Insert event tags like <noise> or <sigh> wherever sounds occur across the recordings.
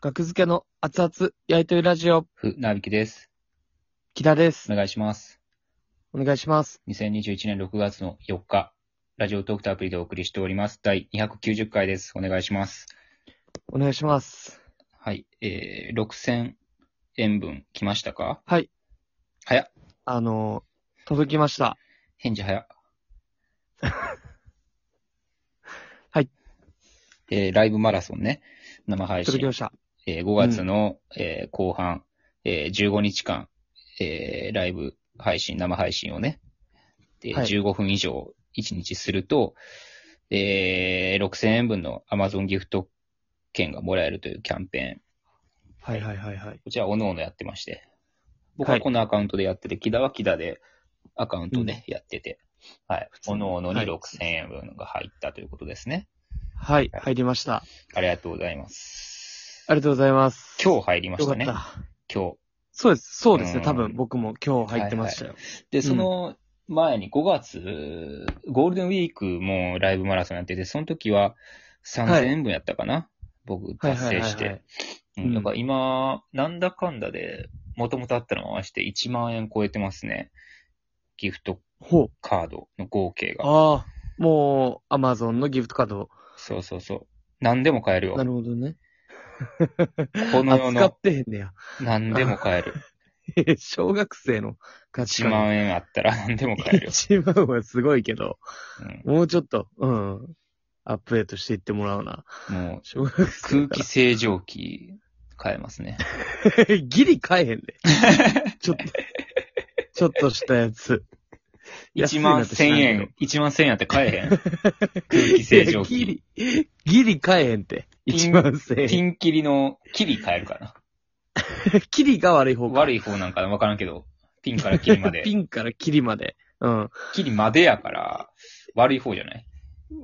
学付けの熱々焼いてるラジオ、ふ、なびきです。木田です。お願いします。お願いします。 2021年6月の4日、ラジオトークとアプリでお送りしております。第290回です。お願いします。お願いします。はい。えー、6000円分来ましたかはい。早っ。あのー、届きました。返事早っ。 <laughs> はい。えー、ライブマラソンね。生配届き信ま。した。えー5月の、えー後半、えー15日間、えーライブ配信、生配信をね、ではい15分以上1日すると、えー6000円分の Amazon ギフト券がもらえるというキャンペーン。はいはいはいはい。こちら、おのおのやってまして。僕ははいこのアカウントでやってて、木田は木田でアカウントでやってて、はい。通おにのおのにはい6000円分が入ったということですね。はい、入りました。ありがとうございます。ありがとうございます。今日入りましたね。よ今かった。日。そうです。そうですね。うん多分僕も今日入ってましたよ。で、その前に5月、ゴールデンウィークもライブマラソンやってて、その時は3000円分やったかな、僕はい達はい成はいしはいて。。ううんんだから今、なんだかんだで、もともとあったのを合わせて1万円超えてますね。ギフトほう。カードの合計が。ああ、もう、アマゾンのギフトカード。そうそうそう。何でも買えるよ。なるほどね。この世扱のってへんねや。何でも <laughs> 買える。小学生の価値1観。万円あったら何でも買 <laughs> えるよ。 1万。はすごいけど、うんもうちょっと、うん。アップデートしていってもらうな。 <laughs> もう、小学生空か気清浄機買えますね。ら。ギリ買えへん <laughs> で。ちょっと、ちょっとしたやつ。 1万安い1000なって知らんけど円、1万1000円やって買えへん空気清浄いや機。ギリ、ギリ買えへんって。ピ1ン万1000ピ円。ンキリの、キリ買えるかな。キリが悪い方か。悪い方なんかなわからんけど、ピンからキリまでピ。ンからキリまで。うん。キリまでやから、悪い方じゃない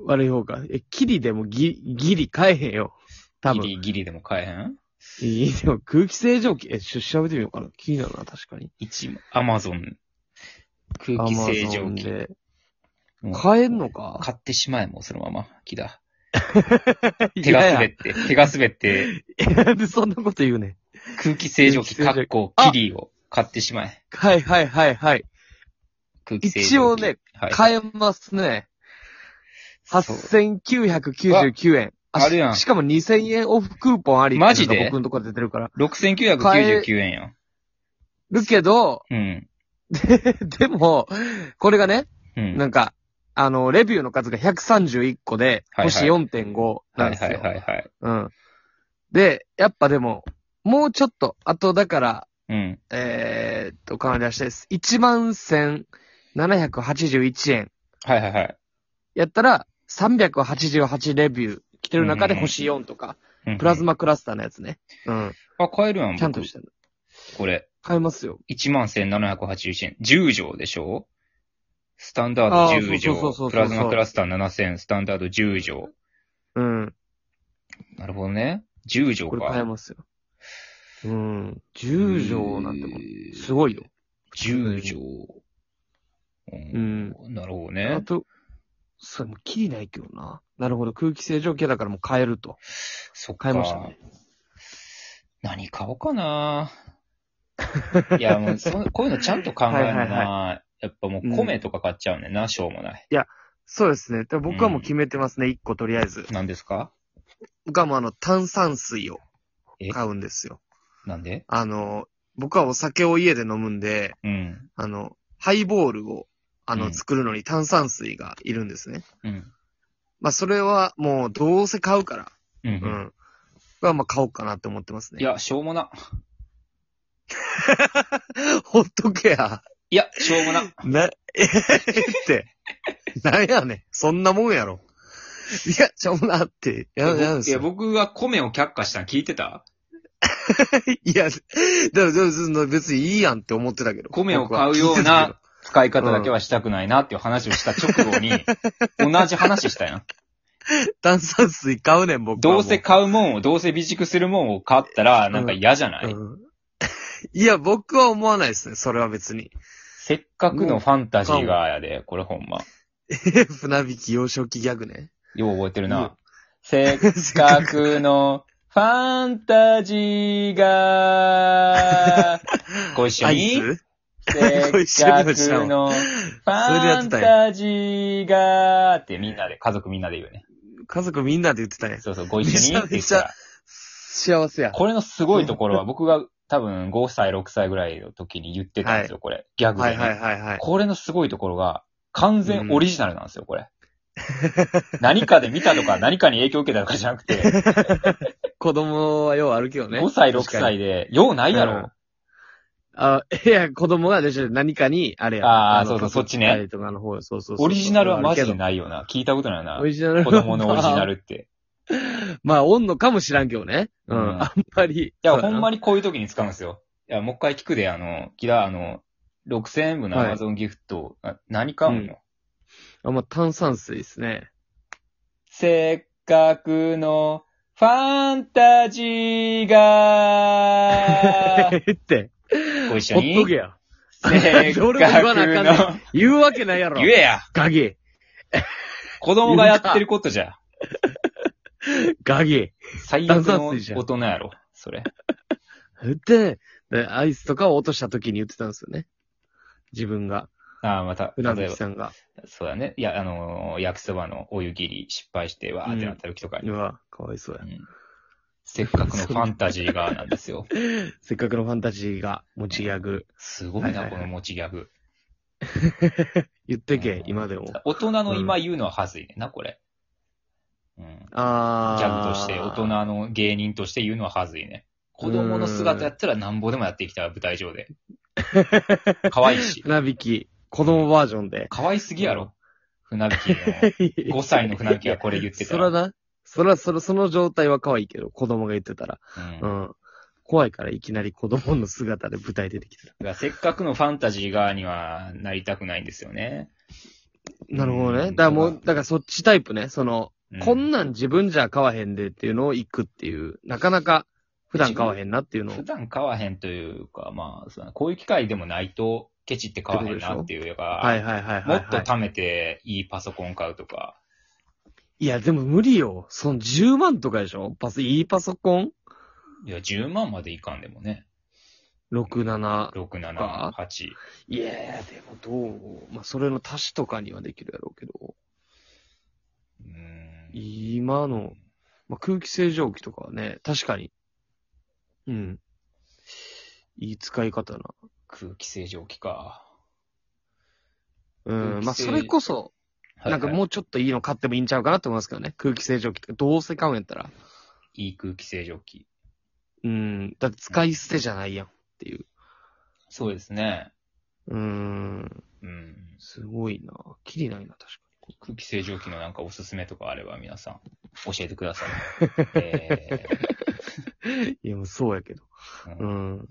悪い方か。え、キリでもギギリ買えへんよ。多ギ分。リギリでも買えへんいいでも空気清浄機。え、ちょっと調べてみようかな。気になるな、確かに。一、アマゾン、空気清浄 Amazon 機。で。もう買えんのか買ってしまえ、もうそのまま。木だ。手いがや滑っいて、手が滑って、や。なんで <laughs> そんなこと言うねん。空気清浄機、空気清か浄っ機こ、あキリを買ってしまえ。はいはいはいはい。空気清浄機。一応ね、はい、買えますね。そう8999円。あるやんししかも2000円オフクーポンありっていうのがマジで僕のところで出てるから。 6999円よ。るけど、 <laughs> うん。でも、これがね、うん。なんか、あの、レビューの数が131個で、はいはい星4.5なんですよ。はいはいはいはい。うん。で、やっぱでも、もうちょっと、あとだから、うん。えー、っと、考え出したいです。11,781円はいはいはい。やったら、388レビュー来てる中でうん星4とか、うんプラズマクラスターのやつね。うん。あ、買えるやん、ちゃんと僕し。てる。これ。買えますよ。 11,781円。10畳でしょスタンダーあードそうそうそう10そう畳。プラズマクラスター7000、スタンダード10畳。うん。なるほどね。10こ畳れ買えか。ますよ。うん。10畳なんてもう、うすごいよ。 10畳。うん。なるほどあね。と、それもうキリないけどな。なるほど。空気清浄機だからもう買えると。そっか。買いましたね何買おうかないや、もうそ、こういうのちゃんと考えるな、 <laughs> はいはいやっぱもう米とか買っちゃうねんな、しょうもない。 <laughs> そうですね。で僕はもう決めてますね。1個とりあえず。なんですか僕はもうあの、炭酸水をえ買うんですよ。なんであの、僕はお酒を家で飲むんで、うん。あの、ハイボールを、あうの、ん作るのに炭酸水がいるんですね。うん。まあ、それはもう、どうせ買うから、う。うんん。僕はまあ、買おうかなって思ってますね。い、や、しょうもな。 <laughs> ほっとけや。いや、しょうもな。な、えって、なんやねん。そんなもんやろ。いや、しょうもなって。や、やるんいす <laughs> や、よ。僕が米を却下したの聞いてた <laughs> いや、でも、でもその、別にいいやんって思ってたけど。米を僕は買うような。使い方だけうはしたくないなっていう話をした直後に、同じ話した <laughs> やん。炭酸水買うねん、僕は。どうせ買うもんを、どうせ備蓄するもんを買ったら、なんか嫌じゃない、うんいや、僕は思わないですね、それは別に。せっかくのファンタジーがやで、これほんま。 <laughs> 船引き幼少期ギャグね。よう覚えてるうんな。せっかくのファンタジーが、 <laughs> ご一緒アにイ、スごせ一っ緒かには知らんくの、ファンタジーが、ってみんなで、家族みんなで言うよね。家族みんなで言ってたね。そうそう、ご一緒にって言めっちゃめちたゃら。幸せや。これのすごいところは、僕が多分5歳、6歳ぐらいの時に言ってたんですよ、これ。ギャグではね、いはいはいはい。これのすごいところが、完全オリジナルなんですよ、これ。何かで見た <laughs> とか、何かに影響を受けたとかじゃなくて、子供はよう歩きよね。 5歳、6確かに。歳で、ようないやろ。あ、いや、子供がでしょ、何かに、あれや。あーのそうそうそっちね。とかの方、そうそうそうオリジナルはマジあるでけないよな。聞いたことないどなオ。リジナル子供のオリジナル。ルって。まあ、おんのかもしらんけどね。うん。うんあんまり。いいや、ほんまにこういう時に使うんですよ。いや、もう一回聞くで、あの、キラー、あの、6000円分のはい Amazon ギフト、あ何買ううんの、あんま炭酸水です <laughs> ね。せっかくのファンタジー <laughs> が、って、ご一ほ緒っとけに。や。せっかく俺も言わなあかんの、言うわけないやろ。言えやガゲ、子供がやってることじゃ。ガゲ。最悪ダンサーの水じゃん大人やろ、それ。 <laughs> で、でアイスとかを落とした時に言ってたんですよね。自分が、ああ、また、船例崎えば、さんが。そうだね。いや、あのー、焼きそばのお湯切り失敗して、わーってなった時とかにうわ、かわいそうや <laughs> う。んせっかくのファンタジーがなんで <laughs> すよ。せっかくのファンタジーが持ちギャグ。すごいな、この持ちギャグ。言ってけ、今でも。大人の今言うのははずいねんな、これ。うん。あー。ギャグとして、大人の芸人として言うのははずいね。子供の姿やったらなんぼでもやってきた、舞台 <laughs> 上で。可愛いし。船引き、子供バージョンで。可愛すぎやろ。船引きの、5歳の船引きがこれ言ってたそら <laughs> ら。な。そら、そら、その状態は可愛いけど、子供が言ってたら。うんうだかん。怖いから、いきなり子供の姿で舞台出てきてた。らせっかくのファンタジー側にはなりたくないんですよね。なるほどね。だうんからもう、だからそっちタイプね。その、うんこんなん自分じゃ買わへんでっていうのを行くっていう、なかなか普段買わへんなっていうのを普。段買わへんというか、まあそうだな、こういう機会でもないと、ケチって買わへんなっていうか、はいはいはいはい、もはい。っと貯めていいパソコン買うとか、いや、でも無理よ。その10万とかでしょパス、いいパソコンいや、10万までいかんでもね、 6、7。 6、7、か8。いやでもどうまあ、それの足しとかにはできるやろうけど。うーん今の、まあ、空気清浄機とかはね、確かに。うん。いい使い方な。空気清浄機か。うん。まあ、空気清それこそ、はいなんかはいもうちょっといいの買ってもいいんちゃうかなって思いますけどね。空気清浄機とか、どうせ買うんやったら。いい空気清浄機。うん。だって使い捨てじゃないやんっていう。そうですね。うん。うん。すごいな。きりないな、確か空気清浄機のなんかおすすめとかあれば皆さん教えてくだ <laughs> さい。えに。いや、もうそうやけど。うーうんん。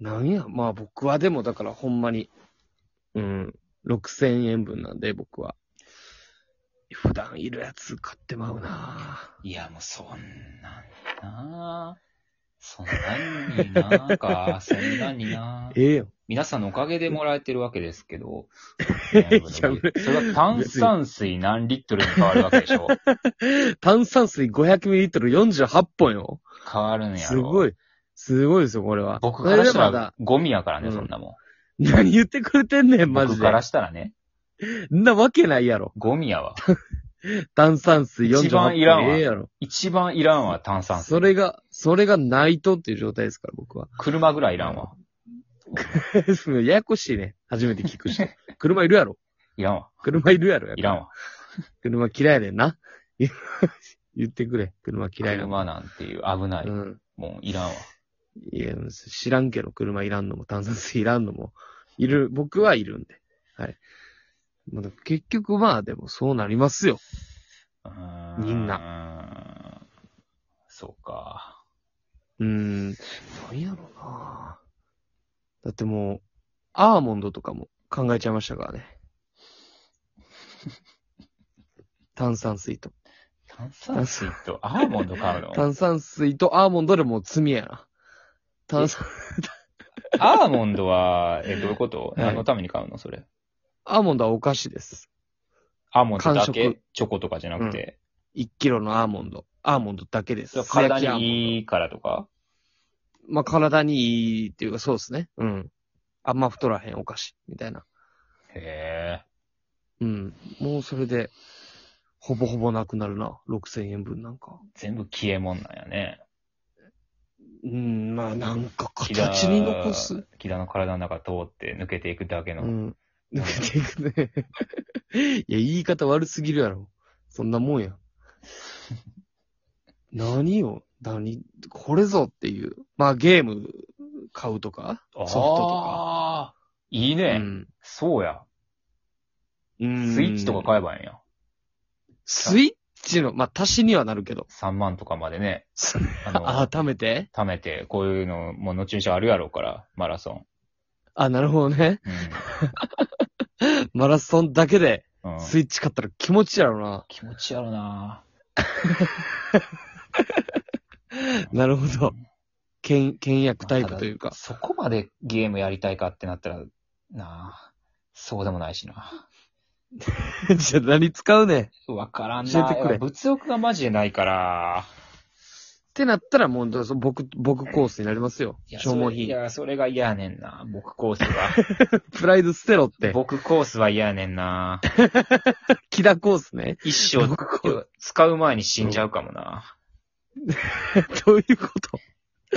なんや、まあ僕はでもだからほんまに、うん。6000円分なんで僕は。普段いるやつ買ってまうないや、もうそんなんなそんなんになか、そんなんに <laughs> なええよ。皆さんのおかげでもらえてるわけですけど。やそれは炭酸水何リットルに変わるわけ <laughs> でしょ炭酸水 500ml48 本よ。変わるんやろ。すごい。い。すごいですよ、これは。僕からしこれでたまだらゴミやからうね、んそんなも何言ってくれてんねん、ん。マジ僕でか。らしたらね、んなわけないやろ。ゴミやわ。炭酸水48本。一番いらんわええやろ。一番いらんわ、炭酸水。それが、それがないとっていう状態ですから、僕は。車ぐらいいらんわ。 <laughs> ややこしいね。初めて聞く人。 <laughs> 車いるやろ。いらんわ。車いるやろ。やっぱいらんわ。車嫌いやねんな。 <laughs> 言ってくれ。車嫌いなの。車なんていう危ない。うん。もういらんわ。いや、知らんけど、車いらんのも、炭酸水いらんのも、いる、僕はいるんで。はい。まあ結局、まあ、でもそうなりますよ。うーみんな。そうか。うーん。なんやろうなだってもう、アーモンドとかも考えちゃいましたから <laughs> ね。炭酸水と。炭酸水とアーモンド買うの炭酸水とアーモンドでもう罪やな。炭酸、アーモンドは、え、どういうことはい何のために買うのそれ。アーモンドはお菓子です。アーモンドだけ完食チョコとかじゃなくて。 1キロのアーモンド。アーモンドだけです。素焼きアーモ体ンドにいいからとかまあ、体にいいっていうか、そうですね。うん。あんま太らへんお菓子、みたいな。へえ。うん。もうそれで、ほぼほぼなくなるな。6000円分なんか。全部消えもんなんやね。うん、まあなんか木田形に残す。。木田の体の中通って抜けていくだけうの。ん。 <laughs> 抜けていくね。いや、言い方悪すぎるやろ。そんなもん <laughs> や。何よ何これぞっていう。まあゲーム買うとかソあフトとか。あーいいね、うんそうや。うんスイッチとか買えばいいんや。スイッチの、まあ足しにはなるけど。 3万とかまでね。あ <laughs> の、ああ、貯めて貯めて、こういうの、もう後々あるやろうから、マラソン。あ、なるほどね。 <laughs> マラソンだけでうん。うん、スイッチ買ったら気持ちやろな。気持ちやろな <laughs> なるほど。倹倹約タイまプあというただか。そこまでゲームやりたいかってなったら、なあそうでもないしな。 <laughs> じゃあ何使うねん。っわからんな教えてくれいや物欲がマジでないから。てなったらもうどうぞ、僕、僕コースになりますよ。いや消耗それい品。や、それが嫌やねんな。僕コー <laughs> スは。プライド捨てろって。僕コースは嫌やねんな。キダコースね。 <laughs> 一生僕コー使う前に死んじゃうかもな。ス。どういうこと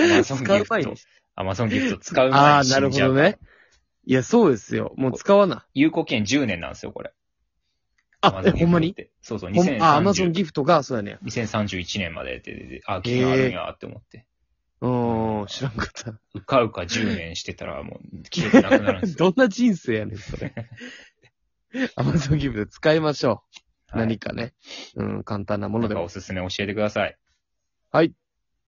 アマゾンギ使うフ前トに。。アマゾンギフト使う前ああにー、な死るんほじゃどうからね。。いや、そうですよ。もう使わな。有効期限10年なんですよ、これ。あ、え Amazon ほんまにギフトってそうそう、ほんあ、アマゾン2030ギフトが、そうやね。 2031年までって出て、あ、期限あるんやって思って。うーん、知らんかった。うかうか10年してたらもう、期限なく <laughs> なるんですよ。どんな人生やねん、そ <laughs> れ。アマゾンギフト使いましょう。はい何かね。うん、簡単なもなのんでかもお。すすめ教えてください。